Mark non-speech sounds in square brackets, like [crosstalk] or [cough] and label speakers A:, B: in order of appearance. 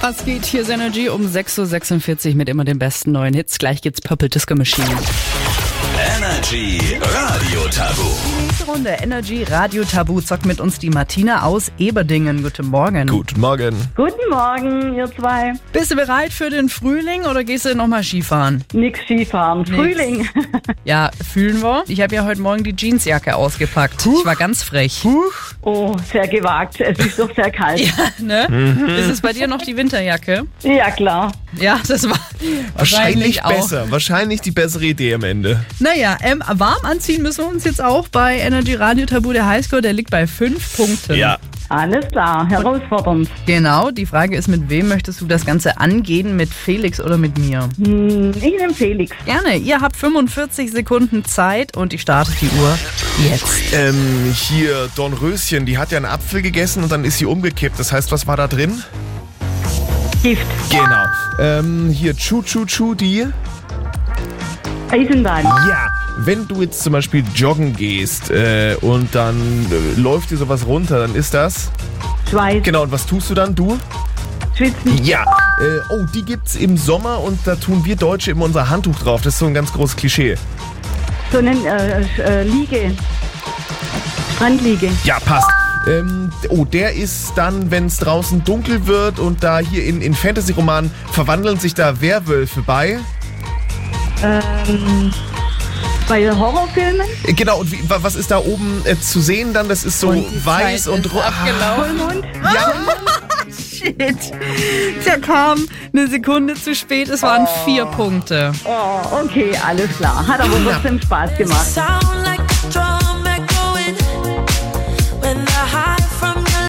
A: Was geht hier Synergy um 6.46 Uhr mit immer den besten neuen Hits. Gleich geht's Purple Disco Machine.
B: Energy Radio Tabu.
A: Nächste Runde Energy Radio Tabu zockt mit uns die Martina aus Eberdingen. Guten Morgen.
C: Guten Morgen.
D: Guten Morgen, ihr zwei.
A: Bist du bereit für den Frühling oder gehst du nochmal Skifahren?
D: Nix Skifahren. Frühling. [laughs]
A: Ja, fühlen wir. Ich habe ja heute Morgen die Jeansjacke ausgepackt. Ich war ganz frech.
D: Oh, sehr gewagt. Es ist doch sehr kalt. Ja,
A: [laughs] Ja, ne?
C: Mhm.
A: Ist es bei dir noch die Winterjacke?
D: klar.
A: Ja, das war
C: Wahrscheinlich
A: auch.
C: besser. Wahrscheinlich die bessere Idee am Ende.
A: Naja, ähm, warm anziehen müssen wir uns jetzt auch bei Energy Radio Tabu. Der Highscore, der liegt bei fünf Punkten.
C: Ja.
D: Alles klar. Herausfordernd.
A: Genau, die Frage ist, mit wem möchtest du das Ganze angehen? Mit Felix oder mit mir?
D: Hm, Ich nehme Felix.
A: Gerne, ihr habt 45 Sekunden Zeit und ich starte die Uhr jetzt.
C: Ähm, hier, Dornröschen, die hat ja einen Apfel gegessen und dann ist sie umgekippt. Das heißt, was war da drin?
D: Gift.
C: Genau. Ähm, hier, Chu Chu Chu, die.
D: Eisenbahn.
C: Ja. Wenn du jetzt zum Beispiel joggen gehst äh, und dann äh, läuft dir sowas runter, dann ist das.
D: Schweiß.
C: Genau, und was tust du dann? Du?
D: Schwitzen.
C: Ja. Äh, oh, die gibt's im Sommer und da tun wir Deutsche immer unser Handtuch drauf. Das ist so ein ganz großes Klischee.
D: Sonnen. Äh, Sch- äh, Liege. Strandliege.
C: Ja, passt. Ähm, oh, der ist dann, wenn es draußen dunkel wird und da hier in, in Fantasy-Romanen verwandeln sich da Werwölfe bei.
D: Ähm, bei Horrorfilmen.
C: Äh, Genau, und wie, wa- was ist da oben äh, zu sehen dann? Das ist so weiß und ro-
A: [laughs] Vollmond.
C: Ah, ja,
A: Shit. Der kam eine Sekunde zu spät,
C: Oh.
A: es waren vier Punkte.
D: Oh, okay, alles klar. Hat aber trotzdem Spaß gemacht.
E: sound